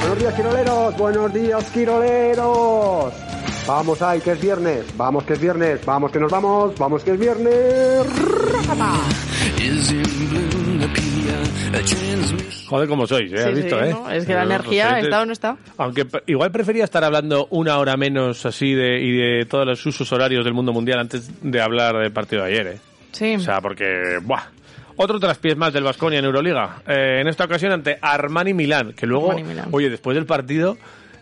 Buenos días, quiroleros. Buenos días, quiroleros. Vamos ahí, que es viernes. Vamos, que es viernes. Vamos, que nos vamos. Vamos, que es viernes. Is in bloom the pia, a transmission. Joder, como sois, ¿eh? Sí, ¿Has sí, visto, eh? ¿no? Es que la Pero, energía, pues, ¿está o no está? Aunque pe- igual prefería estar hablando una hora menos así de, y de todos los usos horarios del mundo mundial antes de hablar del partido de ayer, ¿eh? Sí. O sea, porque... ¡Buah! Otro traspiés más del Vasconia en Euroliga. Eh, en esta ocasión ante Armani Milán, que luego, Armani Milán. oye, después del partido,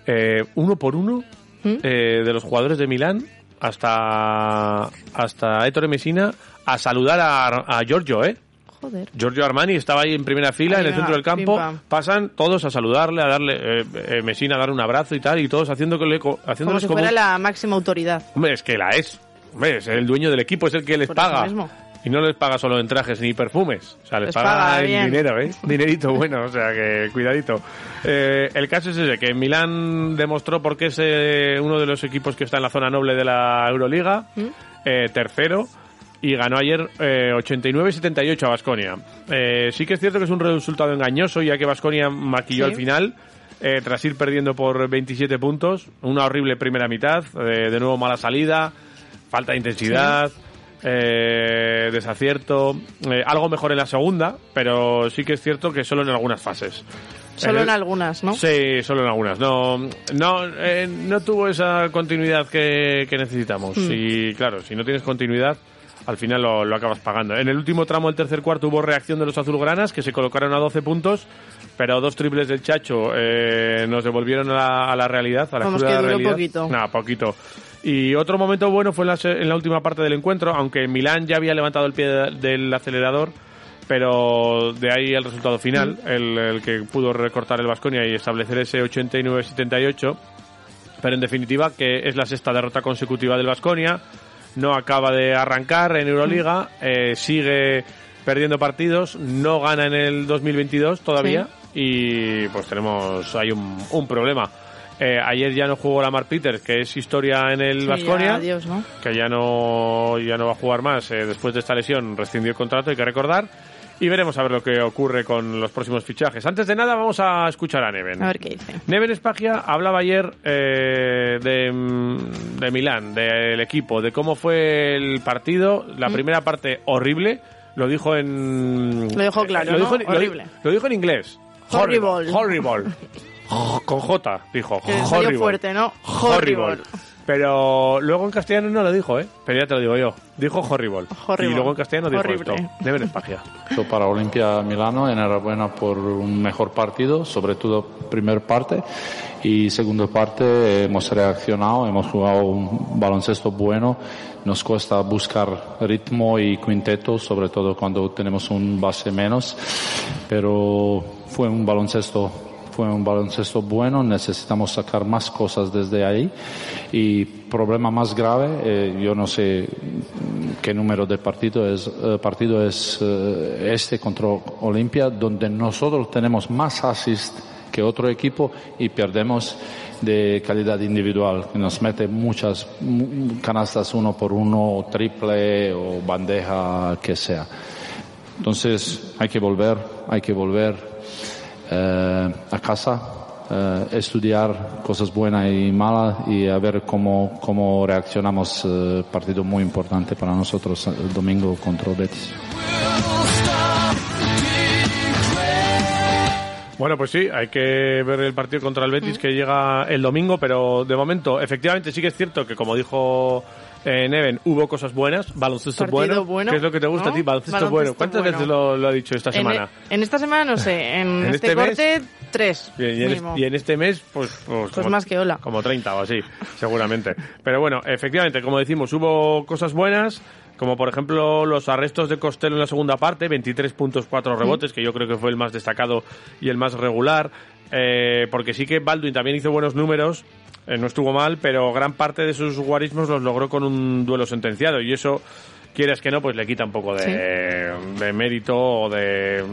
eh, uno por uno ¿Mm? eh, de los jugadores de Milán hasta, hasta Héctor Messina a saludar a, Ar- a Giorgio, ¿eh? Joder. Giorgio Armani estaba ahí en primera fila, Ahí en el va, centro del campo. pim, pam. Pasan todos a saludarle, a darle, eh, eh, Messina a dar un abrazo y tal, y todos haciéndole, co- Como haciéndoles si como. fuera la máxima autoridad. Hombre, es que la es. Hombre, es el dueño del equipo, es el que les Por eso paga. mismo. Y no les paga solo en trajes ni perfumes. O sea, les, Les paga, paga en bien. dinero, ¿eh? Dinerito bueno, o sea, que cuidadito. Eh, el caso es ese, que Milán demostró por qué es eh, uno de los equipos que está en la zona noble de la Euroliga. ¿Mm? eh, tercero. Y ganó ayer eh, 89-78 a Basconia. Eh, sí que es cierto que es un resultado engañoso, ya que Basconia maquilló Sí. al final, eh, tras ir perdiendo por 27 puntos. Una horrible primera mitad, eh, de nuevo mala salida, falta de intensidad, eh, desacierto. eh, algo mejor en la segunda, pero sí que es cierto que solo en algunas fases. Solo Eh, en algunas, ¿no? Sí, solo en algunas. No, no, eh, no tuvo esa continuidad que, que necesitamos. Hmm. Y claro, si no tienes continuidad, al final lo, lo acabas pagando. En el último tramo del tercer cuarto hubo reacción de los azulgranas, que se colocaron a 12 puntos, pero dos triples del Chacho eh, nos devolvieron a la, a la realidad, a la Vamos, cruda que duró realidad. poquito. Nada, poquito. Y otro momento bueno fue en la, se- en la última parte del encuentro, aunque Milán ya había levantado el pie de- del acelerador, pero de ahí el resultado final, Mm. el, el que pudo recortar el Vasconia y establecer ese 89-78. Pero en definitiva, que es la sexta derrota consecutiva del Vasconia, no acaba de arrancar en Euroliga, eh, sigue perdiendo partidos, no gana en el 2022 todavía y pues tenemos hay un, un problema. Eh, ayer ya no jugó Lamar Peters, que es historia en el Sí, Vasconia, Adiós, ¿no? que ya no, ya no va a jugar más eh, después de esta lesión, rescindió el contrato, hay que recordar. Y veremos a ver lo que ocurre con los próximos fichajes. Antes de nada, vamos a escuchar a Neven. A ver qué dice. Neven Espagia hablaba ayer eh, de, mm, de Milán, del equipo, de cómo fue el partido, Mm. la primera parte horrible, lo dijo en... eh, Lo dijo claro, lo ¿no? dijo en- lo di- Horrible. Lo, dijo en inglés. Horrible. Horrible. Oh, Con J, dijo. Que salió horrible. fuerte, ¿no? Horrible. Pero luego en castellano no lo dijo, ¿eh? Pero ya te lo digo yo. Dijo horrible. Horrible. Y luego en castellano dijo Horrible. esto. Neven Espagia. Yo para Olimpia Milano, enhorabuena por un mejor partido, sobre todo primer parte y segunda parte hemos reaccionado, hemos jugado un baloncesto bueno, nos cuesta buscar ritmo y quinteto, sobre todo cuando tenemos un base menos, pero fue un baloncesto fue un baloncesto bueno, necesitamos sacar más cosas desde ahí y problema más grave, eh, yo no sé mm, qué número de partido es, eh, partido es eh, este contra Olimpia, donde nosotros tenemos más assist que otro equipo y perdemos de calidad individual, que nos mete muchas mm, canastas uno por uno, triple o bandeja que sea. Entonces hay que volver, hay que volver eh, a casa, eh, estudiar cosas buenas y malas y a ver cómo, cómo reaccionamos. eh, partido muy importante para nosotros el domingo contra Betis. Bueno, pues sí, hay que ver el partido Mm. contra el Betis que llega el domingo, pero de momento, efectivamente, sí que es cierto que, como dijo En Even hubo cosas buenas, baloncesto bueno, Partido bueno, que es lo que te gusta ¿no? a ti, baloncesto, Baloncesto bueno. ¿Cuántas bueno. veces lo, lo ha dicho esta En, e- semana? en esta semana no sé, en, En este, este mes- corte tres. Y en, y en es- mínimo. y en este mes, pues, pues, más que hola. Como 30 o así, seguramente. Pero bueno, efectivamente, como decimos, hubo cosas buenas, como por ejemplo los arrestos de Costello en la segunda parte, 23 puntos, 4 rebotes, que yo creo que fue el más destacado y el más regular. eh, porque sí que Baldwin también hizo buenos números, eh, no estuvo mal, pero gran parte de sus guarismos los logró con un duelo sentenciado y eso. Quieres que no, pues le quita un poco de, Sí. de mérito o de,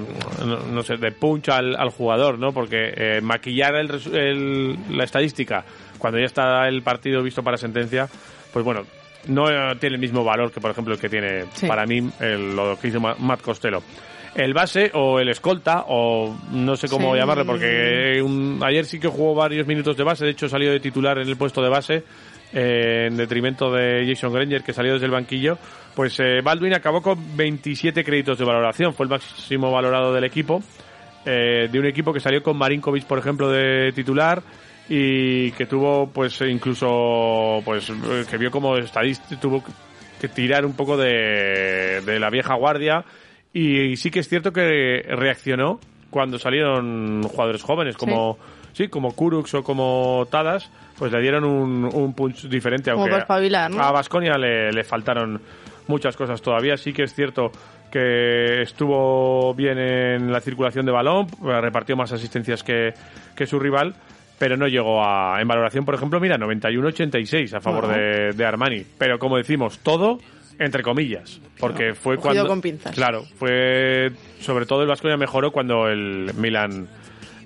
no, no sé, de punch al, al jugador, ¿no? Porque eh, maquillar el resu- el- la estadística cuando ya está el partido visto para sentencia, pues bueno, no eh, tiene el mismo valor que, por ejemplo, el que tiene Sí. para mí el- lo que hizo Ma- Matt Costello. El base o el escolta, o no sé cómo Sí. llamarle, porque un- ayer sí que jugó varios minutos de base, de hecho salió de titular en el puesto de base, eh, en detrimento de Jason Granger, que salió desde el banquillo. Pues eh, Baldwin acabó con 27 créditos de valoración, fue el máximo valorado del equipo, eh, de un equipo que salió con Marinkovic, por ejemplo, de titular y que tuvo, pues incluso, pues eh, que vio como estadística, tuvo que tirar un poco de, de la vieja guardia. Y, sí que es cierto que reaccionó cuando salieron jugadores jóvenes como sí, como Kurux o como Tadas, pues le dieron un, un punch diferente. Como aunque para espabilar, ¿no? A Vasconia le, le faltaron muchas cosas todavía. Sí que es cierto que estuvo bien en la circulación de balón, repartió más asistencias que, que su rival, pero no llegó a. En valoración, por ejemplo, mira, 91-86 a favor Ajá. de, de Armani. Pero como decimos, todo entre comillas, porque fue cogido cuando. con pinzas. Claro, fue. Sobre todo el Vasconia mejoró cuando el Milan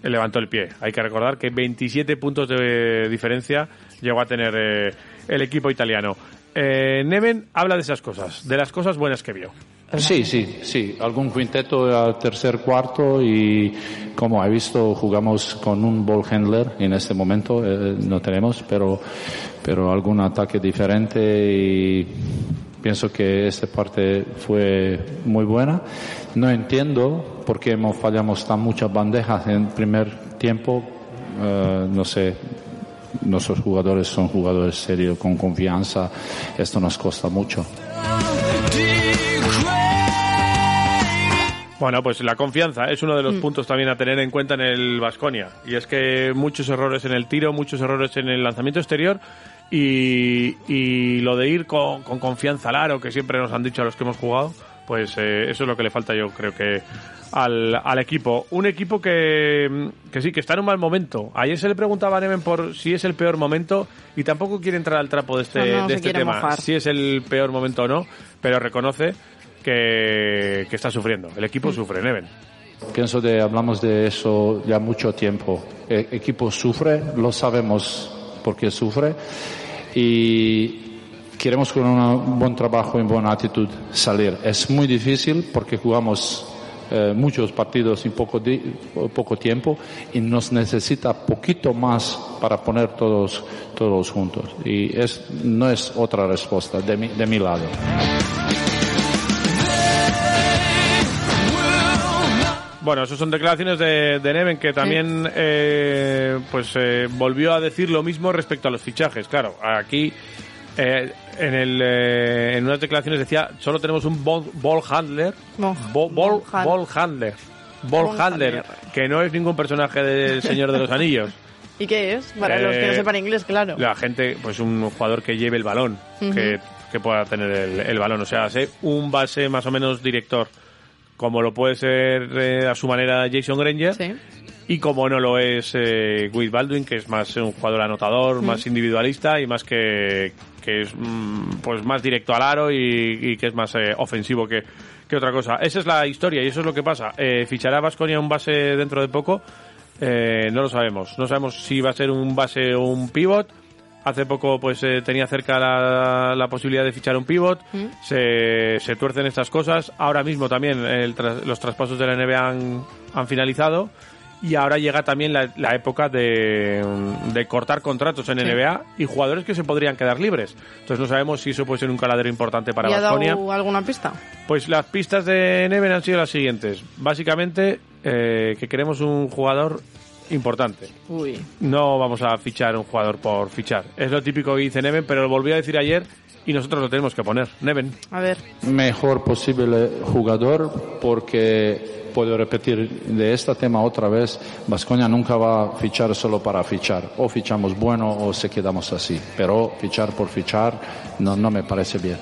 levantó el pie. Hay que recordar que 27 puntos de diferencia llegó a tener eh, el equipo italiano. Eh, Neven habla de esas cosas, de las cosas buenas que vio. Sí, sí, sí, algún quinteto al tercer cuarto y como he visto jugamos con un ball handler en este momento, eh, no tenemos, pero, pero algún ataque diferente y pienso que esta parte fue muy buena. No entiendo por qué hemos fallamos tan muchas bandejas en primer tiempo, eh, no sé, nuestros jugadores son jugadores serios, con confianza, esto nos cuesta mucho. Bueno, pues la confianza es uno de Mm. los puntos también a tener en cuenta en el Vasconia. Y es que muchos errores en el tiro, muchos errores en el lanzamiento exterior. Y, y lo de ir con, con confianza al aro, que siempre nos han dicho a los que hemos jugado, pues eh, eso es lo que le falta yo creo que al, al equipo. Un equipo que, mm, que sí, que está en un mal momento. Ayer se le preguntaba a Neven por si es el peor momento y tampoco quiere entrar al trapo de este, No, no, de se este quiere tema. mojar. Si es el peor momento o no, pero reconoce que, que está sufriendo. El equipo sufre, Neven. Pienso que hablamos de eso ya mucho tiempo. El equipo sufre, lo sabemos porque sufre y queremos con una- un buen trabajo y buena actitud salir. Es muy difícil porque jugamos eh, muchos partidos en poco, di- poco tiempo y nos necesita poquito más para poner todos, todos juntos. Y es, no es otra respuesta de mi- de mi lado. Bueno, esas son declaraciones de, de Neven que también eh, pues eh, volvió a decir lo mismo respecto a los fichajes. Claro, aquí eh, en, el, eh, en unas declaraciones decía solo tenemos un ball, ball handler, Bon- Bo- ball, bon hand- ball handler, ball Ball handler, handler. que no es ningún personaje del Señor de los Anillos. ¿Y qué es? Para Eh, los que no sepan inglés, claro. la gente, pues un jugador que lleve el balón, que, que pueda tener el, el balón. O sea, sé un base más o menos director, como lo puede ser eh, a su manera Jason Granger, Sí. y como no lo es eh, Will Baldwin, que es más un jugador anotador, más individualista y más que, que es mm, pues más directo al aro y, y que es más eh, ofensivo que, que otra cosa. Esa es la historia y eso es lo que pasa. Eh, ¿Fichará Vasconia un base dentro de poco? Eh, no lo sabemos. No sabemos si va a ser un base o un pivot. Hace poco pues eh, tenía cerca la, la posibilidad de fichar un pivot. Mm. Se, se tuercen estas cosas. Ahora mismo también el tras- los traspasos de la NBA han, han finalizado. Y ahora llega también la, la época de, de cortar contratos en NBA y jugadores que se podrían quedar libres. Entonces no sabemos si eso puede ser un caladero importante para ¿Y ha Baskonia. dado alguna pista? Pues las pistas de Neven han sido las siguientes. Básicamente, eh, que queremos un jugador importante. Uy. No vamos a fichar un jugador por fichar. Es lo típico que dice Neven, pero lo volví a decir ayer y nosotros lo tenemos que poner. Neven. A ver. mejor posible jugador porque puedo repetir de este tema otra vez, Vascoña nunca va a fichar solo para fichar, o fichamos bueno o se quedamos así, pero fichar por fichar no, no me parece bien.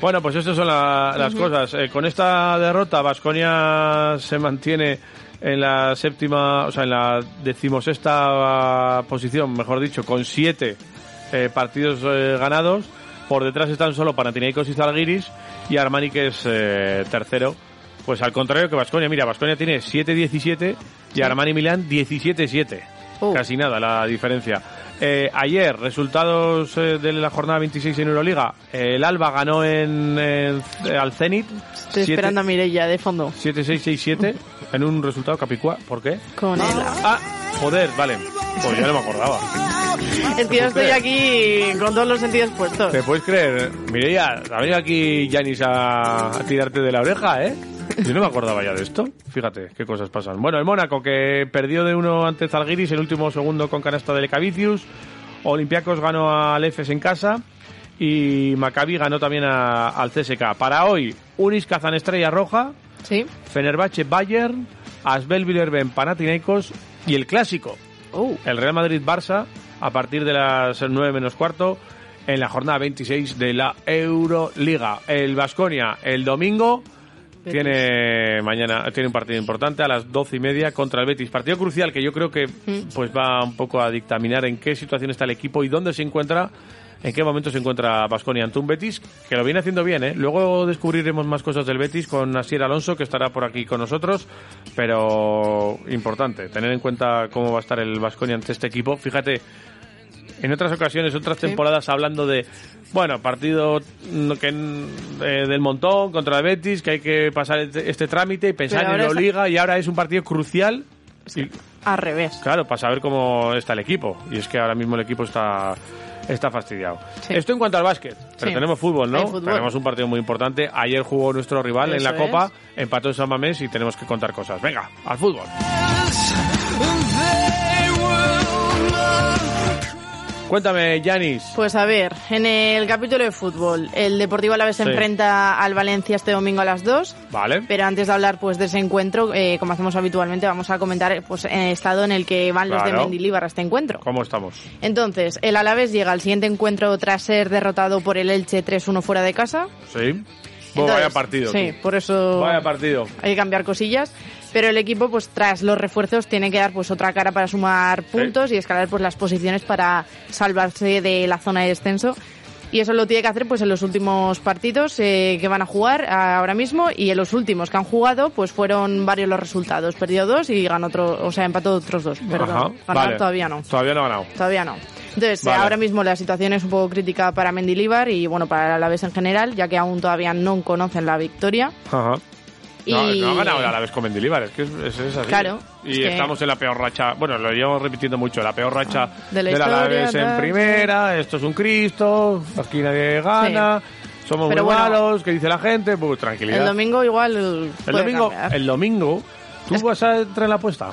Bueno, pues estas son la- las cosas. Eh, con esta derrota, Vasconia se mantiene en la séptima, o sea, en la decimosexta posición, mejor dicho, con siete eh, partidos eh, ganados. Por detrás están solo Panathinaikos y Zalgiris y Armani, que es eh, tercero. Pues al contrario que Vasconia, mira, Vasconia tiene 7-17 y Armani Milán 17-7. Oh. Casi nada la diferencia. Eh, ayer, resultados eh, de la jornada 26 en Euroliga. Eh, el Alba ganó en, en- eh, al Zenit. Estoy esperando a Mireia de fondo. 7-6-6-7 en un resultado capicúa. ¿Por qué? Con él. Ah, joder, vale. Pues ya no me acordaba. Ah, Es que yo estoy aquí con todos los sentidos puestos. ¿Te puedes creer? Mireia, ha venido aquí Yanis a, a tirarte de la oreja, ¿eh? Yo no me acordaba ya de esto. Fíjate qué cosas pasan. Bueno, el Mónaco que perdió de uno ante Zalgiris el último segundo con canasta de Lecavicius. Olympiacos ganó al EFES en casa. Y Maccabi ganó también a- al CSK. Para hoy, Unis Kazan Estrella Roja, Sí. Fenerbahce Bayern, Asbel Villerben Panathinaikos y el clásico, Oh. el Real Madrid-Barça a partir de las 9 menos cuarto en la jornada 26 de la Euroliga. El Vasconia el domingo Betis. tiene mañana tiene un partido importante a las 12 y media contra el Betis. Partido crucial que yo creo que pues va un poco a dictaminar en qué situación está el equipo y dónde se encuentra. ¿En qué momento se encuentra Vasconia ante un Betis que lo viene haciendo bien? ¿eh? Luego descubriremos más cosas del Betis con Asier Alonso, que estará por aquí con nosotros. Pero importante, tener en cuenta cómo va a estar el Vasconia ante este equipo. Fíjate, en otras ocasiones, otras temporadas, hablando de, bueno, partido mm, que, n- eh, del montón contra el Betis, que hay que pasar este, este trámite y pensar Pero en la ahora es- Liga, y ahora es un partido crucial. Y- Al revés. Claro, para saber cómo está el equipo. Y es que ahora mismo el equipo está, está fastidiado. Sí. Esto en cuanto al básquet. Pero Sí. tenemos fútbol, ¿no? Hay fútbol. Tenemos un partido muy importante. Ayer jugó nuestro rival en Eso la Copa, empató en San Mamés y tenemos que contar cosas. Venga, al fútbol. Cuéntame, Yanis. Pues a ver, en el capítulo de fútbol, el Deportivo Alavés se Sí. enfrenta al Valencia este domingo a las 2. Vale. Pero antes de hablar pues de ese encuentro, eh, como hacemos habitualmente, vamos a comentar pues el estado en el que van los Claro. de Mendilibar a este encuentro. ¿Cómo estamos? Entonces, el Alavés llega al siguiente encuentro tras ser derrotado por el Elche 3-1 fuera de casa. ¿Sí? Bueno, Entonces, Pues vaya partido. Sí, pues, tú. por eso Vaya partido. hay que cambiar cosillas. Pero el equipo, pues tras los refuerzos, tiene que dar pues otra cara para sumar puntos y escalar pues las posiciones para salvarse de la zona de descenso. Y eso lo tiene que hacer pues en los últimos partidos eh, que van a jugar a- ahora mismo y en los últimos que han jugado pues fueron varios los resultados. Perdió dos y ganó otro, o sea, empató otros dos. Perdón, Ajá, ganar vale. todavía no. Todavía no ha ganado. Todavía no. Entonces, eh, Vale. ahora mismo la situación es un poco crítica para Mendilibar y bueno, para el Alavés en general, ya que aún todavía no conocen la victoria. Ajá. No, Y- no ha ganado la vez con Mendilibar, es que es, es- es así. Claro, es Y que- estamos en la peor racha, bueno, lo llevamos repitiendo mucho, la peor racha Ah, de la del Alavés historia, en tal, primera, esto es un Cristo, aquí nadie gana, somos Pero muy bueno. malos, ¿qué dice la gente? Pues tranquilidad. El domingo igual El puede domingo, cambiar. el domingo, ¿tú vas a entrar en la apuesta?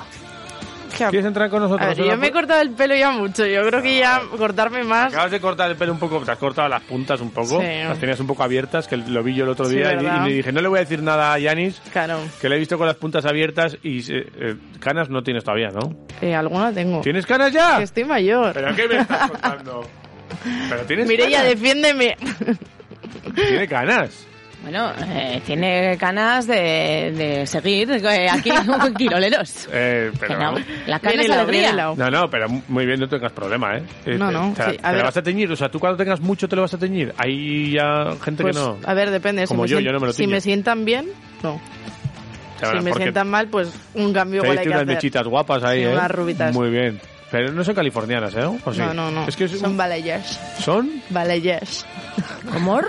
Que- ¿Quieres entrar con a nosotros? ver, en la yo me he apu- cortado el pelo ya mucho. Yo creo que ya cortarme más. Acabas de cortar el pelo un poco, te has cortado las puntas un poco, Sí. las tenías un poco abiertas, que lo vi yo el otro Sí, día y- ¿verdad? y, le dije, no le voy a decir nada a Yanis, Claro, que le he visto con las puntas abiertas y eh, eh, canas no tienes todavía, ¿no? eh, alguna tengo. ¿Tienes canas ya? Que Estoy mayor. ¿Pero qué me estás contando? ¿Pero tienes Mireia, canas? defiéndeme. ¿Tiene canas? Bueno, eh, tiene ganas de, de seguir eh, aquí con Quiroleros. Eh, pero... Que no, la carne Viene es helado, alegría. viene helado. No, no, pero muy bien, no tengas problema, ¿eh? Eh, No, no, Te, te- sí, a te la ver. vas a teñir, o sea, tú cuando tengas mucho te lo vas a teñir. Hay ya gente Pues, que no. A ver, depende. Como si yo, me, sien- yo no me lo si tiño. me sientan bien, no. Te van a- si me porque sientan mal, pues un cambio Te igual diste hay que unas hacer. mechitas guapas ahí, Sí, ¿eh? unas rubitas. Muy bien. Pero no son californianas, ¿eh? ¿O sí? No, no, no. Es que es- Son balayas. ¿Son? Balayas. ¿Amor?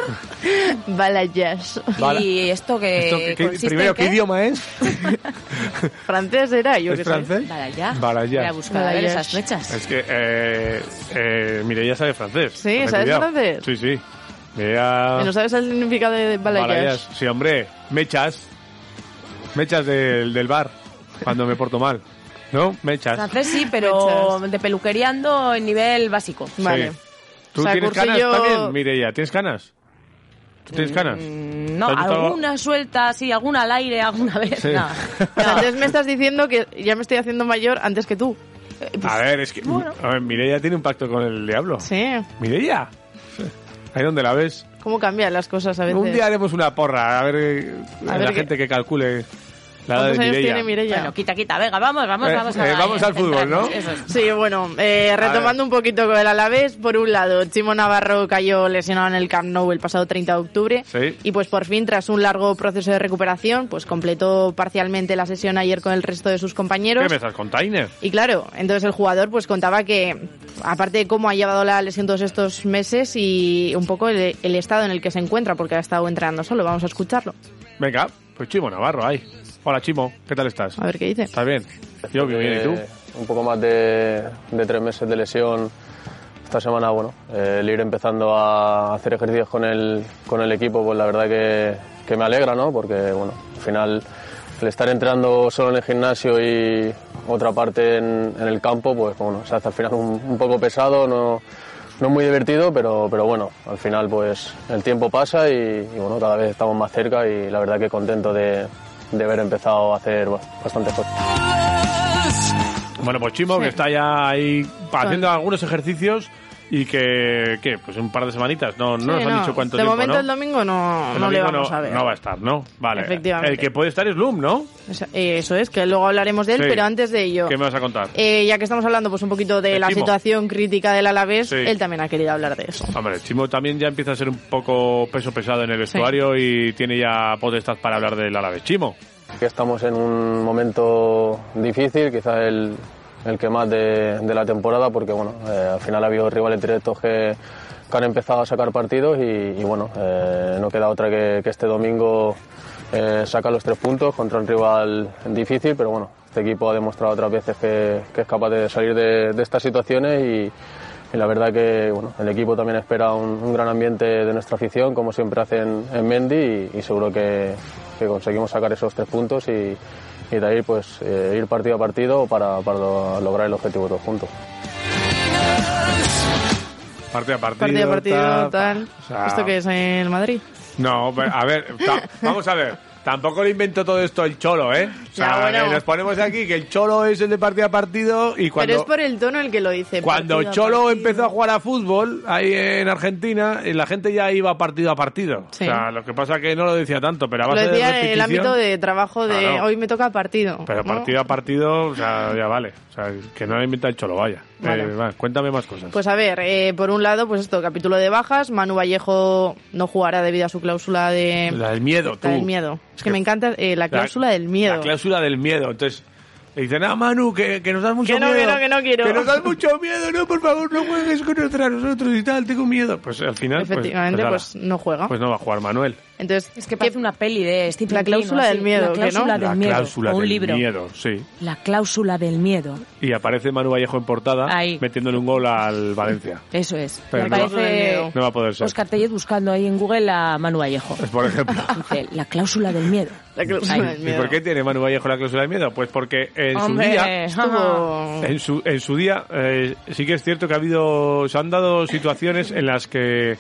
Balayas. ¿Y esto Eh, que Esto, ¿qué- qué- consiste primero, en qué? ¿qué idioma es? Francés era yo ¿Es que francés? Barayá. Barayá. Voy a buscar a ver Barayá. esas flechas. Es que, eh, eh, Mireia sabe francés. Sí, Ten ¿sabes cuidado. francés? Sí, sí. Mireia... ¿No sabes el significado de balayas? Balayas. Sí, hombre. Mechas. Me echas del, del bar cuando me porto mal. ¿No? Me Ah, echas. Francés sí, pero de peluqueriando en nivel básico. Vale. Sí. ¿Tú O sea, tienes canas cursillo- también, Mireia? ¿Tienes canas? ¿Tú tienes canas? Mm, No, ¿Te has notado- alguna suelta, sí, alguna al aire, alguna vez. Sí. nada. O sea, Entonces me estás diciendo que ya me estoy haciendo mayor antes que tú. Eh, pues, A ver, es que. A ver, Mireia tiene un pacto con el diablo. Sí. Mireia. Ahí donde la ves. ¿Cómo cambian las cosas a veces? Un día haremos una porra, a ver, eh, A la ver qué- gente que calcule la edad de ¿Cuántos años Mireia. tiene Mireia? Bueno, quita, quita, venga, vamos, vamos, Eh, vamos. eh, a- vamos al fútbol, ¿no? Eso es. Sí, bueno, eh, retomando un poquito con el Alavés, por un lado, Chimo Navarro cayó lesionado en el Camp Nou el pasado 30 de octubre Sí. y pues por fin, tras un largo proceso de recuperación, pues completó parcialmente la sesión ayer con el resto de sus ¿Qué compañeros. me estás con Tainer? Y claro, entonces el jugador pues contaba que, aparte de cómo ha llevado la lesión todos estos meses y un poco el, el estado en el que se encuentra, porque ha estado entrenando solo, vamos a escucharlo, Venga, pues Chimo Navarro, ahí. Hola Chimo, ¿qué tal estás? a ver qué dice. ¿Estás bien? Yo bien, bien, ¿y tú? Eh, un poco más de, de tres meses de lesión. Esta semana, bueno, eh, el ir empezando a hacer ejercicios con el, con el equipo, pues la verdad que, que me alegra, ¿no? Porque, bueno, al final el estar entrando solo en el gimnasio y otra parte en, en el campo, pues bueno, se hace al final un, un poco pesado, no, no muy divertido, pero, pero bueno, al final pues el tiempo pasa y, y, bueno, cada vez estamos más cerca y la verdad que contento de, de haber empezado a hacer bueno, bastantes cosas. Bueno, pues Chimo, que está ya ahí haciendo algunos ejercicios y que, ¿qué? Pues un par de semanitas, no, no Sí, nos han no, dicho cuánto de tiempo, momento ¿no? el domingo no, El no le domingo vamos no, a ver. no va a estar, ¿no? Vale. Efectivamente. El que puede estar es Loom, ¿no? Esa- eh, Eso es, que luego hablaremos de él, Sí. pero antes de ello, ¿Qué me vas a contar? eh, ya que estamos hablando pues un poquito de De la Timo. situación crítica del Alavés, Sí. él también ha querido hablar de eso. Hombre, Chimo también ya empieza a ser un poco peso pesado en el vestuario y tiene ya potestad para hablar del árabe. Chimo, que estamos en un momento difícil, quizás el, el que más de, de la temporada, porque bueno, eh, al final ha habido rivales directos que, que han empezado a sacar partidos y, y, bueno, eh, no queda otra que, que este domingo eh, sacar los tres puntos contra un rival difícil, pero bueno, este equipo ha demostrado otras veces que, que es capaz de salir de, de estas situaciones y, y la verdad que bueno, el equipo también espera un, un gran ambiente de nuestra afición, como siempre hacen en Mendy, y, y seguro que, que conseguimos sacar esos tres puntos y, y de ahí pues eh, ir partido a partido para, para lo- lograr el objetivo todos juntos. partido a partido. Partido a partido, ta- tal. o sea, ¿Esto que es en Madrid? No, pero, a ver, ta- vamos a ver. Tampoco le invento todo esto el cholo, ¿eh? O sea, Ya, bueno. que nos ponemos aquí que el cholo es el de partido a partido y cuando... Pero es por el tono en el que lo dice. Cuando partido a Cholo partido. empezó a jugar a fútbol ahí en Argentina, eh, la gente ya iba partido a partido. Sí. O sea, lo que pasa que no lo decía tanto, pero a Lo base de decía en el repetición- ámbito de trabajo de Claro. hoy me toca partido. Pero ¿no? partido a partido, o sea, ya vale. O sea, que no le inventa el cholo, vaya. Eh, Vale. va, cuéntame más cosas. Pues a ver, eh, por un lado, pues esto, capítulo de bajas, Manu Vallejo no jugará debido a su cláusula de... la del miedo, tú. la del eh, miedo. Es que me encanta eh, la cláusula del miedo. La cláusula del miedo. Entonces, le dicen, ah, Manu, que, que nos das mucho Que no, miedo. que no, que no quiero. Que nos das mucho miedo, no, por favor, no juegues contra nosotros y tal, tengo miedo. Pues al final, pues, Efectivamente, pues, pues, ala, no juega. pues no va a jugar Manuel. Entonces, Es que parece una peli de Stephen La King, cláusula ¿no? del Sí, miedo, La que cláusula no. del la miedo. cláusula o un del libro. miedo, sí. La cláusula del miedo. Y aparece Manu Vallejo en portada, Ahí. metiéndole un gol al Valencia. Eso es. Pero Me no- parece No va a poder ser. Oscar Tellez buscando ahí en Google a Manu Vallejo. Pues, por ejemplo. Dice, la cláusula del miedo. la cláusula del ¿Y miedo. por qué tiene Manu Vallejo la cláusula del miedo? Pues porque en su día Hombre, ajá. Estuvo- En su, en su día, eh, sí que es cierto que ha habido, se han dado situaciones en las que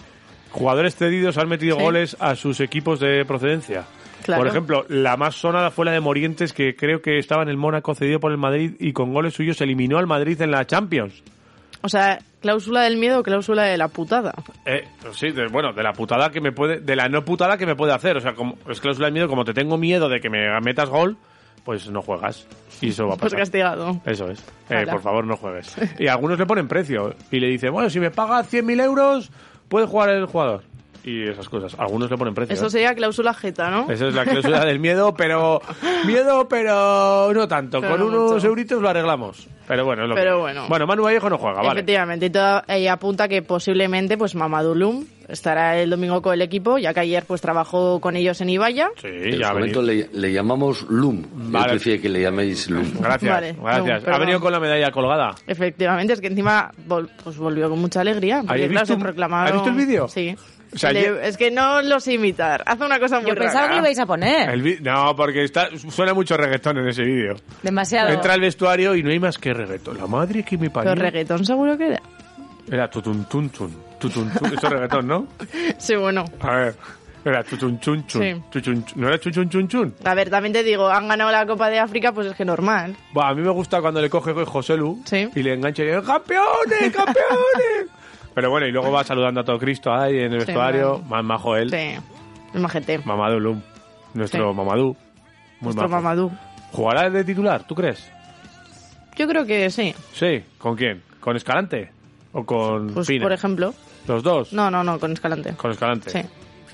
jugadores cedidos han metido Sí. goles a sus equipos de procedencia. Claro. Por ejemplo, la más sonada fue la de Morientes, que creo que estaba en el Mónaco cedido por el Madrid y con goles suyos eliminó al Madrid en la Champions. O sea, cláusula del miedo, cláusula de la putada. Eh, sí, de- bueno, de la putada que me puede, de la no putada que me puede hacer. O sea, como, es cláusula de miedo, como te tengo miedo de que me metas gol, pues no juegas. Y eso va a Pues pasar. castigado. Eso es. Eh, Ala. por favor, no juegues. Y algunos le ponen precio y le dicen, bueno, si me pagas 100.000 euros, puede jugar el jugador. Y esas cosas. Algunos le ponen precio. Eso ¿eh? sería cláusula jeta, ¿no? Esa es la cláusula del miedo, pero. Miedo, pero no tanto. Pero Con no unos mucho. euritos lo arreglamos. Pero bueno, es lo Pero que- bueno. Bueno, Manu Vallejo no juega, Ah, vale. Efectivamente, y todo eh, apunta que posiblemente pues Mamadulum estará el domingo con el equipo, ya que ayer pues trabajó con ellos en Ibaya. Sí, En ya su ha venido. momento le, le llamamos Loom. Vale. Yo prefiero que le llaméis Loom. Gracias, Vale, gracias. no, ha venido perdón. con la medalla colgada. Efectivamente, es que encima vol- pues volvió con mucha alegría. porque, ¿Habéis claro, visto se un- proclamaron- ¿Has visto el vídeo? Sí. O sea, Le- yo- Es que no los imitar. Hace una cosa muy Yo pensaba que rara. lo ibais a Eh. poner. el vi- no, porque está, suena mucho reggaetón en ese vídeo. Demasiado. Entra al vestuario y no hay más que reggaetón. La madre que me Pero parió. reggaetón seguro que era. Era tutun tun tun. tutun tun. Esto es reggaetón, ¿no? Sí, bueno. A ver. Era tutun chun chun. Sí. Chuchun chun. ¿No era chuchun chun chun? A ver, también te digo, han ganado la Copa de África, pues es que normal. Buah, a mí me gusta cuando le coge José Lu Sí. y le engancha y dice, ¡Campeones, campeones! Pero bueno, y luego va saludando a todo Cristo ahí en el Sí, vestuario. vale. Más majo él. Sí, el majete. Mamadou Lum. Nuestro Sí. Mamadou. Muy Nuestro majo. Mamadou. ¿Jugará de titular, tú crees? Yo creo que sí. Sí. ¿Con quién? ¿Con Escalante? ¿O con Pues, Pina? por ejemplo. ¿Los dos? No, no, no, con Escalante. Con Escalante. Sí,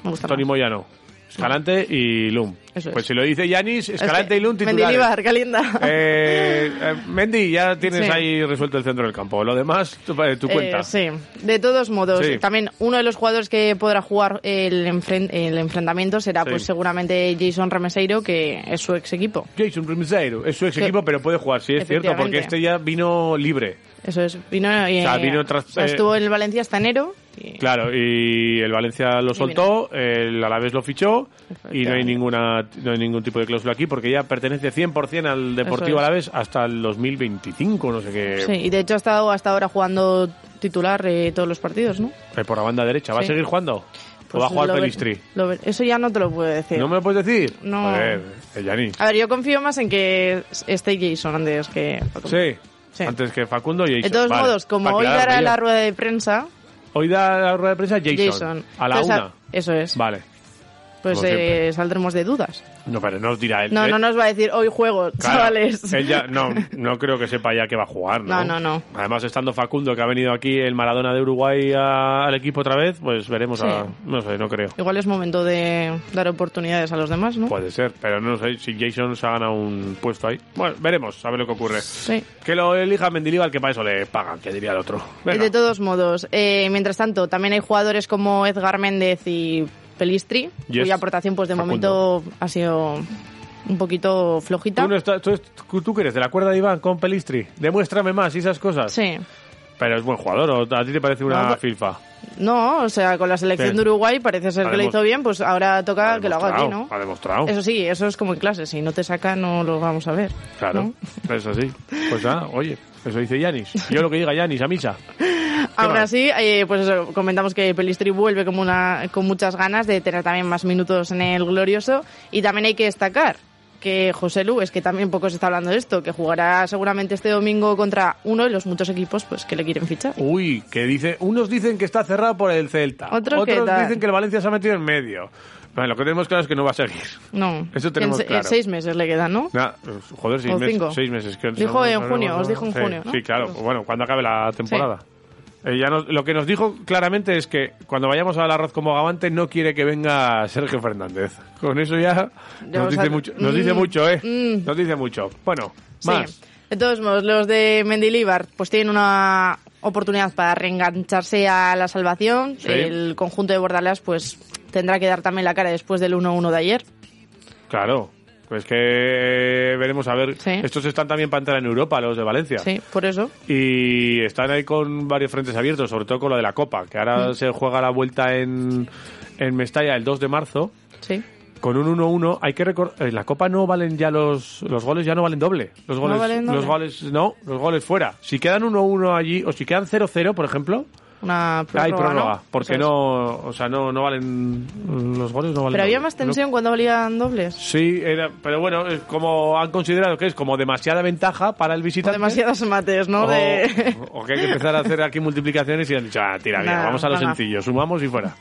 me gusta. Tony más. Moyano. Escalante y Lum. Eso es. Pues si lo dice Yanis, Es Escalante que- y Lum titulares. Mendilibar, calienta. Eh, eh, Mendy, ya tienes Sí. ahí resuelto el centro del campo. Lo demás, tu, eh, tu Eh, cuenta. sí, de todos modos, Sí. también uno de los jugadores que podrá jugar el, enfren- el enfrentamiento será Sí. pues seguramente Jason Remeseiro, que es su ex equipo. Jason Rimeseiro es su ex Que- equipo, pero puede jugar, sí, es cierto, porque Efectivamente. este ya vino libre. Eso es, vino, eh, sea, vino tras- o sea, estuvo en el Valencia hasta enero. y- Claro, y el Valencia lo Y soltó, el Alavés lo fichó y no hay Efectivamente. ninguna no hay ningún tipo de cláusula aquí porque ya pertenece 100% al Deportivo es. Alavés hasta el 2025, no sé qué. Sí, y de hecho ha estado hasta ahora jugando titular eh, todos los partidos, ¿no? Eh, Por la banda derecha, ¿va a Sí. seguir jugando? ¿O va a Pues jugar lo ver- Pelistri? lo ver- Eso ya no te lo puedo decir. ¿No me lo puedes decir? No. Joder, eh, Yanis. A ver, yo confío más en que esté Jason antes que... Sí. Sí. Antes que Facundo y Jason. De todos Vale. modos, como Para hoy aclararme dará yo. la rueda de prensa, Hoy da la rueda de prensa Jason. Jason. A la Entonces, una. Eso es. Vale. pues como siempre. eh, saldremos de dudas. No, pero no os dirá él. No, ¿eh? no nos va a decir hoy juego, Claro, chavales. él ya- no, no creo que sepa ya que va a jugar, ¿no? No, no, no. Además, estando Facundo, que ha venido aquí el Maradona de Uruguay a- al equipo otra vez, pues veremos Sí. a... No sé, no creo. Igual es momento de dar oportunidades a los demás, ¿no? Puede ser, pero no sé si Jason se ha ganado un puesto ahí. Bueno, veremos, a ver lo que ocurre. Sí. Que lo elija Mendilibar, que para eso le pagan, que diría el otro. Y Venga. de todos modos, eh, mientras tanto, también hay jugadores como Edgar Méndez y Pelistri, Yes. cuya aportación pues de Facundo. momento ha sido un poquito flojita. ¿Tú, no estás- tú, tú que eres de la cuerda de Iván con Pelistri, demuéstrame más y esas cosas. Sí. Pero es buen jugador, ¿o a ti te parece una No, pues, pero- filfa? No, o sea, con la selección Sí. de Uruguay parece ser Ha que lo demo- hizo bien, pues ahora toca que lo haga aquí, demostrado, ¿no? Ha demostrado. Eso sí, eso es como en clase, si no te saca no lo vamos a ver. Claro, ¿no? eso sí. Pues nada, oye, eso dice Yanis. Yo lo que diga Yanis a misa. Aún más? así, eh, pues eso, comentamos que Pelistri vuelve como una, con muchas ganas de tener también más minutos en el glorioso y también hay que destacar que José Lu, es que también poco se está hablando de esto, que jugará seguramente este domingo contra uno de los muchos equipos pues que le quieren fichar. Uy, que dice, unos dicen que está cerrado por el Celta. Otros que tal. dicen que el Valencia se ha metido en medio. Bueno, lo que tenemos claro es que no va a seguir. No, Eso tenemos en, se- claro. en seis meses le quedan, ¿no? Nah, pues, joder, seis O meses. cinco. Seis meses. que Dijo no- en no- junio, no- os dijo en sí, junio, ¿no? Sí, claro. Pues- Bueno, cuando acabe la temporada. Eh, ya nos- lo que nos dijo claramente es que cuando vayamos al arroz como gavante no quiere que venga Sergio Fernández. Con eso ya, Ya nos, os dice ha- mucho, nos Mm, dice mucho, ¿eh? mm. Nos dice mucho. Bueno, Sí. más. De todos modos, los de Mendilibar pues tienen una oportunidad para reengancharse a la salvación. Sí. El conjunto de Bordalas pues tendrá que dar también la cara después del 1-1 de ayer. Claro. Pues que veremos a ver. Sí. Estos están también para entrar en Europa, los de Valencia. Sí, por eso. Y están ahí con varios frentes abiertos, sobre todo con lo de la Copa, que ahora Mm. se juega la vuelta en, en Mestalla el 2 de marzo. Sí. Con un 1-1 hay que recordar, la Copa no valen ya los los goles ya no valen doble. Los goles valen doble. los goles no, los goles fuera. Si quedan 1-1 allí o si quedan 0-0, por ejemplo, Una prórroga, hay prórroga, ¿no? porque Eso es. no, o sea, no no valen los goles no valen. Pero había doble. más No- tensión cuando valían dobles. Sí, era, pero bueno, es como han considerado que es como demasiada ventaja para el O visitante. demasiados mates, ¿no? O, De- o que hay que empezar a hacer aquí multiplicaciones y han dicho, ah, tira, mira, Nada, vamos a lo venga. sencillo, sumamos y fuera.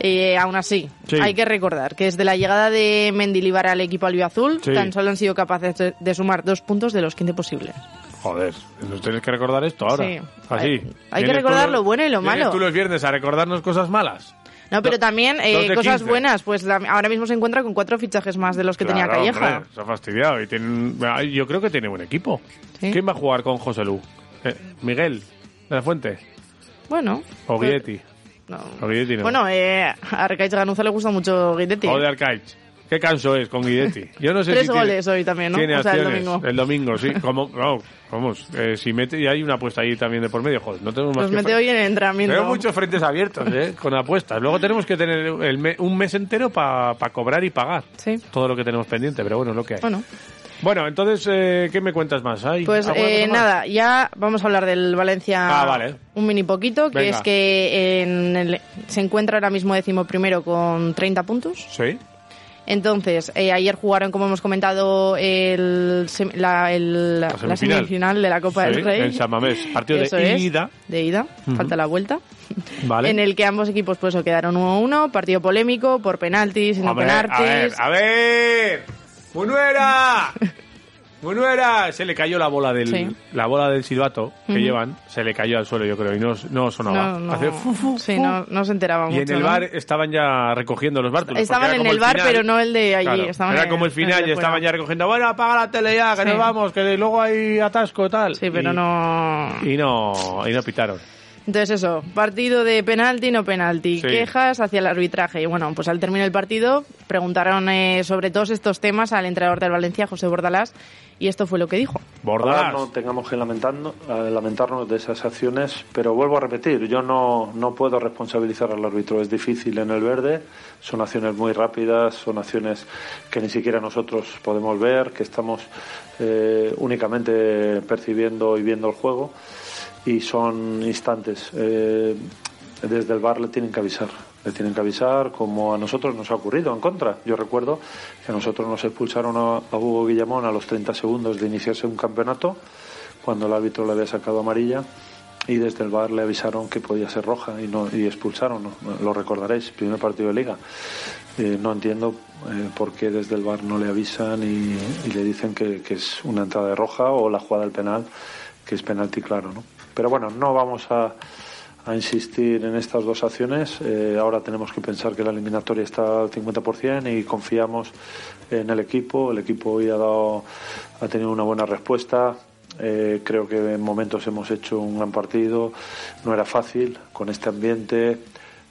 Eh, aún así, Sí. hay que recordar que desde la llegada de Mendilibar al equipo albiazul, Sí. tan solo han sido capaces de, de sumar dos puntos de los 15 posibles. Joder, nos tienes que recordar esto ahora. Sí. Así. Hay- hay que ¿Vienes recordar tú- lo bueno y lo vienes malo. tú los viernes a recordarnos cosas malas? No, pero Do- también eh, dos de cosas 15. buenas. Pues la- ahora mismo se encuentra con cuatro fichajes más de los que tenía Claro, Calleja. hombre, se ha fastidiado. Y tiene un- ay, yo creo que tiene buen equipo. Sí. ¿Quién va a jugar con José Lu? Eh, ¿Miguel de la Fuente? Bueno. ¿O pues- Guilletti? no. o Guidetti no. Bueno, eh, a Arcaiz Ganuza le gusta mucho Guidetti. ¿O de Arcaich? Qué canso es con Guidetti. Yo no sé Tres si tiene- goles hoy también, ¿no? Tiene O sea, el acciones. domingo. El domingo, sí. Como, no, vamos, eh, si mete, y hay una apuesta ahí también de por medio, joder, no tenemos más Los que mete fre- hoy en el entrenamiento. Tengo muchos frentes abiertos, ¿eh? Con apuestas. Luego tenemos que tener el me- un mes entero para cobrar y pagar Sí. todo lo que tenemos pendiente, pero bueno, es lo que hay. Bueno, Bueno, entonces, eh, ¿qué me cuentas más? ¿Hay pues alguna eh, cosa más? nada, ya vamos a hablar del Valencia Ah, vale. un mini poquito, que Venga. es que en el- se encuentra ahora mismo décimo primero con 30 puntos. Sí. Entonces, eh, ayer jugaron, como hemos comentado, el, sem- la, el- la semifinal. semifinal. de la Copa Sí, del Rey. en San Mamés. Partido de Eso es, ida. de ida, falta la vuelta. Vale. En el que ambos equipos pues o quedaron 1-1, partido polémico, por penaltis, no Hombre, penaltis. a ver, ah, a ver. ¡Munuera! ¡Munuera! Se le cayó la bola del, Sí. la bola del silbato que llevan. Se le cayó al suelo, yo creo, y no, no sonaba. no, no, Hace fu, fu, sí, fu. no, no se enteraba Y mucho. en el ¿no? bar estaban ya recogiendo los bártulos. porque Estaban era en como el bar, final. pero no el de allí, Claro, estaban era en- como el en el final de y estaban fuera. ya recogiendo. Bueno, apaga la tele ya, que Sí. nos vamos, que luego hay atasco tal. Sí, pero Y- no... Y no, y no pitaron. Entonces eso, partido de penalti, no penalti, Sí. quejas hacia el arbitraje. Y bueno, pues al término del partido preguntaron eh, sobre todos estos temas al entrenador del Valencia, José Bordalás, y esto fue lo que dijo. Ojalá Bordalás. no tengamos que lamentarnos, eh, lamentarnos de esas acciones, pero vuelvo a repetir, yo no, no puedo responsabilizar al árbitro, es difícil en el verde, son acciones muy rápidas, son acciones que ni siquiera nosotros podemos ver, que estamos eh, únicamente percibiendo y viendo el juego y son instantes. Eh, desde el bar le tienen que avisar, le tienen que avisar como a nosotros nos ha ocurrido en contra. Yo recuerdo que a nosotros nos expulsaron a, a Hugo Guillamón a los 30 segundos de iniciarse un campeonato, cuando el árbitro le había sacado amarilla y desde el bar le avisaron que podía ser roja y, no, y expulsaron, ¿no? lo recordaréis, primer partido de liga. Eh, no entiendo eh, por qué desde el bar no le avisan y, y le dicen que, que es una entrada de roja o la jugada del penal, que es penalti claro, ¿no? Pero bueno, no vamos a, a insistir en estas dos acciones. Eh, ahora tenemos que pensar que la eliminatoria está al 50% y confiamos en el equipo. El equipo hoy ha, dado, ha tenido una buena respuesta. Eh, creo que en momentos hemos hecho un gran partido. No era fácil con este ambiente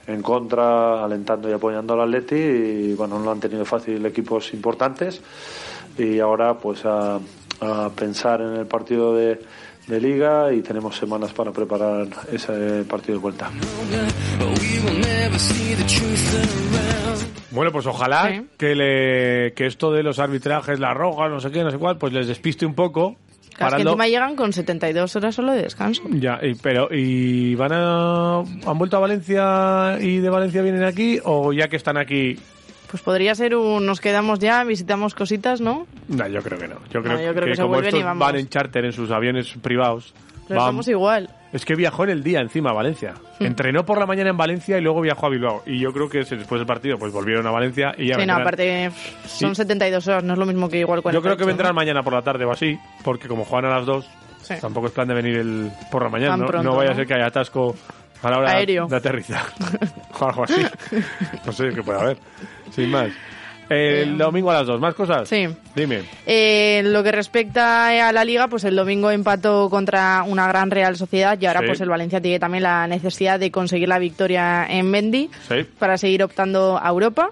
en contra, alentando y apoyando al Atleti. Y bueno, no lo han tenido fácil equipos importantes. Y ahora, pues a, a pensar en el partido de, de Liga y tenemos semanas para preparar ese partido de vuelta. We will never see the truth around. Bueno, pues ojalá Sí. que, le, que esto de los arbitrajes, la roja, no sé qué, no sé cuál, pues les despiste un poco. Claro, es que parando- encima llegan con 72 horas solo de descanso. Ya, y- pero ¿y van a han vuelto a Valencia y de Valencia vienen aquí o ya que están aquí? Pues podría ser un nos quedamos ya, visitamos cositas, ¿no? No, yo creo que no. Yo No, creo, yo creo que, que se como vuelven estos y vamos. van en charter en sus aviones privados. Pero van- estamos igual. Es que viajó en el día encima a Valencia. Entrenó por la mañana en Valencia y luego viajó a Bilbao. Y yo creo que se- después del partido pues volvieron a Valencia y ya Sí, no, vendrán. aparte pff, son Sí. 72 horas, no es lo mismo que igual cuando Yo creo que vendrán mañana por la tarde o así, porque como juegan a las 2, Sí. tampoco es plan de venir el, por la mañana. Tan No, pronto, No vaya a ¿no? ser que haya atasco a la hora Aéreo. de aterrizar. o algo así. No sé qué puede haber. Sin más. El domingo a las 2, ¿más cosas? Sí. Dime. Eh, en lo que respecta a la liga, pues el domingo empató contra una gran Real Sociedad y ahora Sí. pues el Valencia tiene también la necesidad de conseguir la victoria en Mendy Sí. para seguir optando a Europa.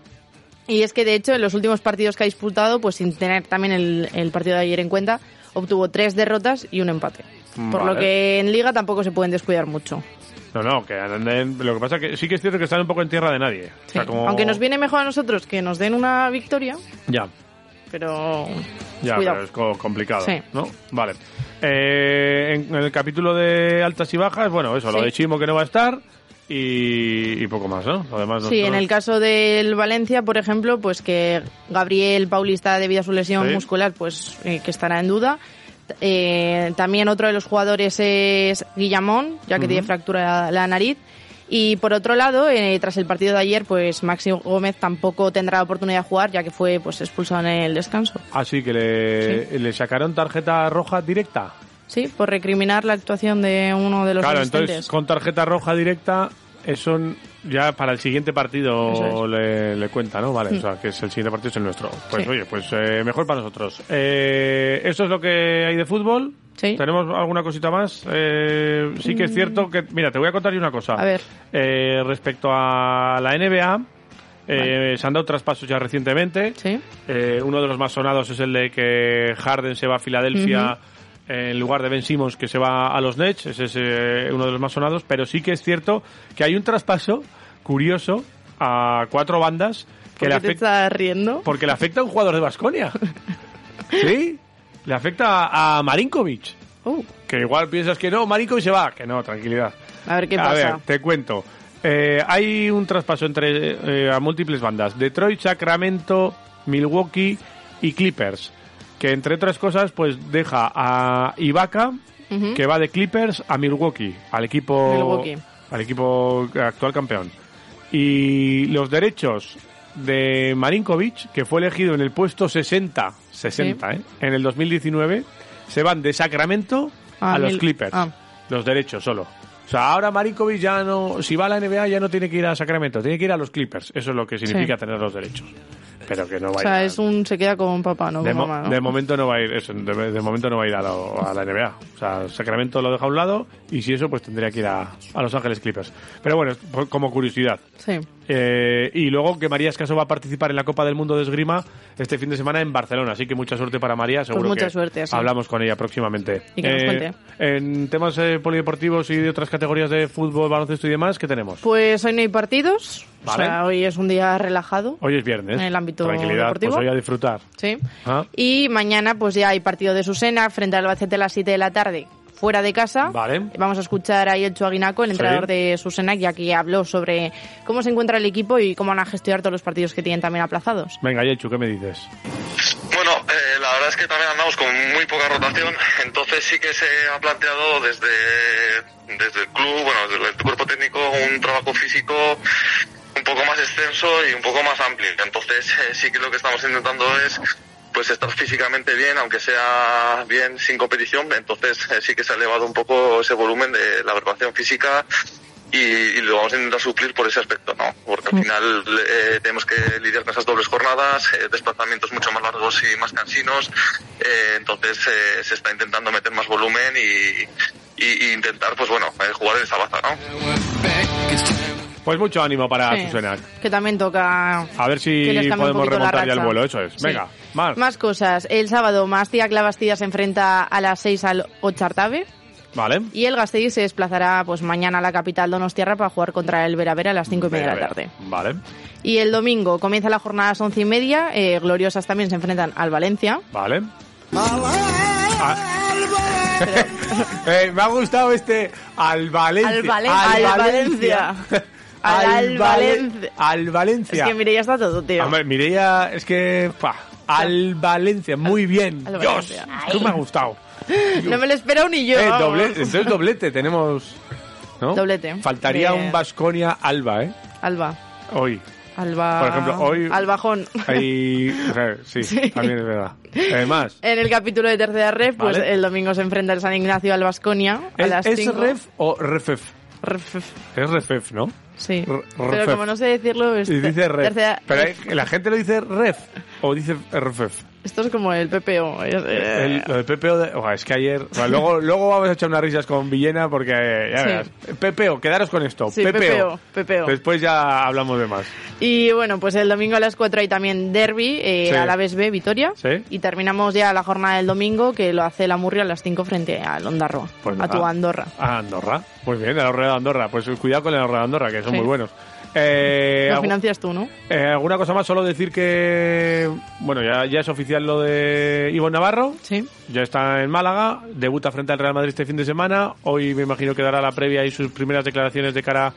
Y es que de hecho en los últimos partidos que ha disputado, pues sin tener también el, el partido de ayer en cuenta, obtuvo tres derrotas y un empate. Por lo Vale. que en liga tampoco se pueden descuidar mucho. No, no, que anden- Lo que pasa que sí que es cierto que están un poco en tierra de nadie. O sea, Sí. como- Aunque nos viene mejor a nosotros que nos den una victoria, Ya. pero Ya, cuidado. pero es co- complicado, Sí. ¿no? Vale. Eh, en, en el capítulo de altas y bajas, bueno, eso, lo Sí. de Chimo que no va a estar y, y poco más, ¿no? Además, Sí, en el caso del Valencia, por ejemplo, pues que Gabriel Paulista, debido a su lesión Sí. muscular, pues eh, que estará en duda. Eh, también otro de los jugadores es Guillamón, ya que tiene fractura la, la nariz. Y por otro lado, eh, tras el partido de ayer, pues Maxi Gómez tampoco tendrá la oportunidad de jugar, ya que fue pues expulsado en el descanso. Así Ah, que le, le sacaron tarjeta roja directa. Sí, por recriminar la actuación de uno de los claro, asistentes. entonces con tarjeta roja directa, eso n- ya para el siguiente partido Eso Mm. le, le cuenta, ¿no? Vale, o sea, que es el siguiente partido es el nuestro. Pues Sí. oye, pues eh, mejor para nosotros. Eh, eso es lo que hay de fútbol. Sí. Mm. ¿Tenemos alguna cosita más? Eh, sí que es cierto que... Mira, te voy a contar yo una cosa. A ver. Eh, respecto a la NBA, Eh, Se han dado traspasos ya recientemente. Eh, uno de los más sonados es el de que Harden se va a Filadelfia eh, en lugar de Ben Simmons, que se va a los Nets. Ese es eh, uno de los más sonados. Pero sí que es cierto que hay un traspaso curioso a cuatro bandas que ¿Por le qué te afecta estás riendo? porque le afecta a un jugador de Basconia. ¿Sí? Le afecta a, a Marinkovic. Uh, Que igual piensas que no, Marinkovic se va. Que no, tranquilidad. A ver qué a pasa. ver, te cuento. Eh, hay un traspaso entre eh, a múltiples bandas: Detroit, Sacramento, Milwaukee y Clippers. Que entre otras cosas, pues deja a Ibaka, Ujú. que va de Clippers a Milwaukee, al equipo, Milwaukee. al equipo actual campeón. Y los derechos de Marinkovic, que fue elegido en el puesto 60, 60 ¿eh? en el 2019, se van de Sacramento Ah, a los mil- Clippers. ah. Los derechos solo. O sea, ahora Marinkovic ya no, si va a la NBA ya no tiene que ir a Sacramento, tiene que ir a los Clippers. Eso es lo que significa tener los derechos. Pero que no o vaya. sea, es un se queda con papá, no De, con mo- mamá. ¿no? de momento no va a ir eso, de, de momento no va a ir a, lo- a la NBA. O sea, Sacramento lo deja a un lado y si eso, pues tendría que ir a, a Los Ángeles Clippers. Pero bueno, por- como curiosidad. Sí. Eh, y luego que María Escaso va a participar en la Copa del Mundo de Esgrima este fin de semana en Barcelona. Así que mucha suerte para María. Seguro Pues mucha que suerte, sí. hablamos con ella próximamente. Eh, Y que nos cuente. En temas eh, polideportivos y de otras categorías de fútbol, baloncesto y demás, ¿qué tenemos? Pues hoy no hay partidos. Vale. O sea, hoy es un día relajado. Hoy es viernes. En el ámbito Tranquilidad, deportivo. pues hoy a disfrutar. Sí. Ah, Y mañana pues ya hay partido de Susena frente al Albacete a las 7 de la tarde. Fuera de casa. Vale. Vamos a escuchar a Elcho Aguinaco, el entrenador de Susena, ya que habló sobre cómo se encuentra el equipo y cómo van a gestionar todos los partidos que tienen también aplazados. Venga, Yechu, ¿qué me dices? Bueno, eh, la verdad es que también andamos con muy poca rotación, entonces sí que se ha planteado desde, desde el club, bueno, desde el cuerpo técnico, un trabajo físico un poco más extenso y un poco más amplio. Entonces eh, sí que lo que estamos intentando es pues estar físicamente bien, aunque sea bien sin competición, entonces eh, sí que se ha elevado un poco ese volumen de la preparación física y, y lo vamos a intentar suplir por ese aspecto, ¿no? Porque al final eh, tenemos que lidiar con esas dobles jornadas, eh, desplazamientos mucho más largos y más cansinos, eh, entonces eh, se está intentando meter más volumen y, y- y intentar, pues bueno, eh, jugar en esa baza, ¿no? Pues mucho ánimo para Sí. Susana. Que también toca A ver si Que les cambie un podemos poquito la remontar ya el racha. vuelo, eso es. Sí. Venga, más. Más cosas. El sábado, Mastia Clavastilla se enfrenta a las 6 al Ochartave. Vale. Y el Gasteiz se desplazará pues mañana a la capital Donostiarra para jugar contra el Veravera a las 5 y media de la Venga, tarde. Vale, Y el domingo comienza la jornada a las 11 y media. eh, gloriosas también se enfrentan al Valencia. vale. Ah. Eh, me ha gustado este al Valencia. Al Valen- al Valencia. Al- al Valencia. Al Valencia. Es que mire, ya está todo, tío. Hombre, Mireia, es que. pa, al Valencia, muy bien. Al Dios, Valencia. tú me ha gustado. no me lo espero ni yo. Eh, vamos. doblete, entonces doblete tenemos. ¿no? Doblete. Faltaría De- un Basconia Alba, ¿eh? Alba. Hoy. Alba. Por ejemplo, hoy- Al bajón. Ahí. Sí, también es verdad. Además. En el capítulo de tercera ref, pues Vale. el domingo se enfrenta el San Ignacio al Basconia a ¿Es, las es 5. ref o refef? Es refef, ¿no? Sí. R- Pero refef. como no sé decirlo, es Y dice ref. tercera- Pero hay- la gente lo dice ref o dice refef. Esto es como el PPO. es- eh. El, lo del PPO, de- Ojo, es que ayer. o sea, luego, luego vamos a echar unas risas con Villena porque eh, ya Sí. verás. PPO, quedaros con esto. Sí, PPO, PPO. Después ya hablamos de más. Y bueno, pues el domingo a las 4 hay también derby, eh, Sí. a la vez B, Vitoria. Sí. Y terminamos ya la jornada del domingo, que lo hace la Murria a las 5 frente al Ondarroa, Pues a nada. tu Andorra. A Andorra. Muy bien, a la rueda de Andorra. Pues cuidado con la rueda de Andorra, que son Sí. muy buenos. Eh, lo algu- financias tú, ¿no? eh, ¿Alguna cosa más? Solo decir que. Bueno, ya, ya es oficial lo de Ivo Navarro. Sí. Ya está en Málaga, debuta frente al Real Madrid este fin de semana. Hoy me imagino que dará la previa y sus primeras declaraciones de cara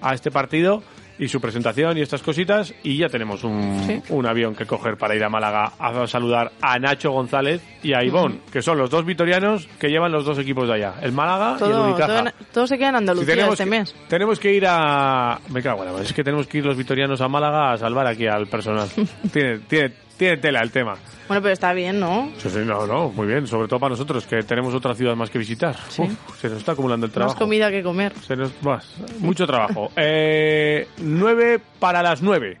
a este partido y su presentación y estas cositas. Y ya tenemos un, Sí. un avión que coger para ir a Málaga a saludar a Nacho González y a Ivón, que son los dos vitorianos que llevan los dos equipos de allá, el Málaga y el Todo, Unicaja. todo, en- todo se queda en Si Andalucía tenemos, este que, mes. tenemos que ir a. Me cago en la madre, es que tenemos que ir los vitorianos a Málaga a salvar aquí al personal. tiene, tiene, tiene tela el tema. Bueno, pero está bien, ¿no? Sí, sí, no, no, muy bien, sobre todo para nosotros, que tenemos otra ciudad más que visitar. Uf, se nos está acumulando el trabajo. Pues Más comida que comer. Se nos, más, mucho trabajo. eh, 9 para las 9.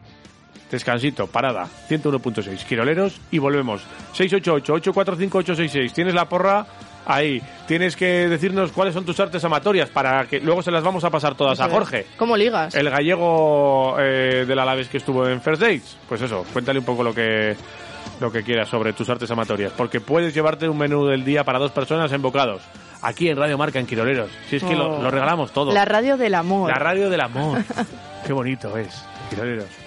Descansito, parada, 101.6, Quiroleros y volvemos. 688-845-866. Tienes la porra Ahí, tienes que decirnos cuáles son tus artes amatorias para que luego se las vamos a pasar todas a Joder, Jorge. ¿Cómo ligas? El gallego eh, del Alaves que estuvo en First Dates. Pues eso, cuéntale un poco lo que lo que quieras sobre tus artes amatorias, porque puedes llevarte un menú del día para dos personas en bocados. Aquí en Radio Marca en Quiroleros. Si es que lo, Oh. lo regalamos todo. La radio del amor. La radio del amor. Qué bonito es, Quiroleros.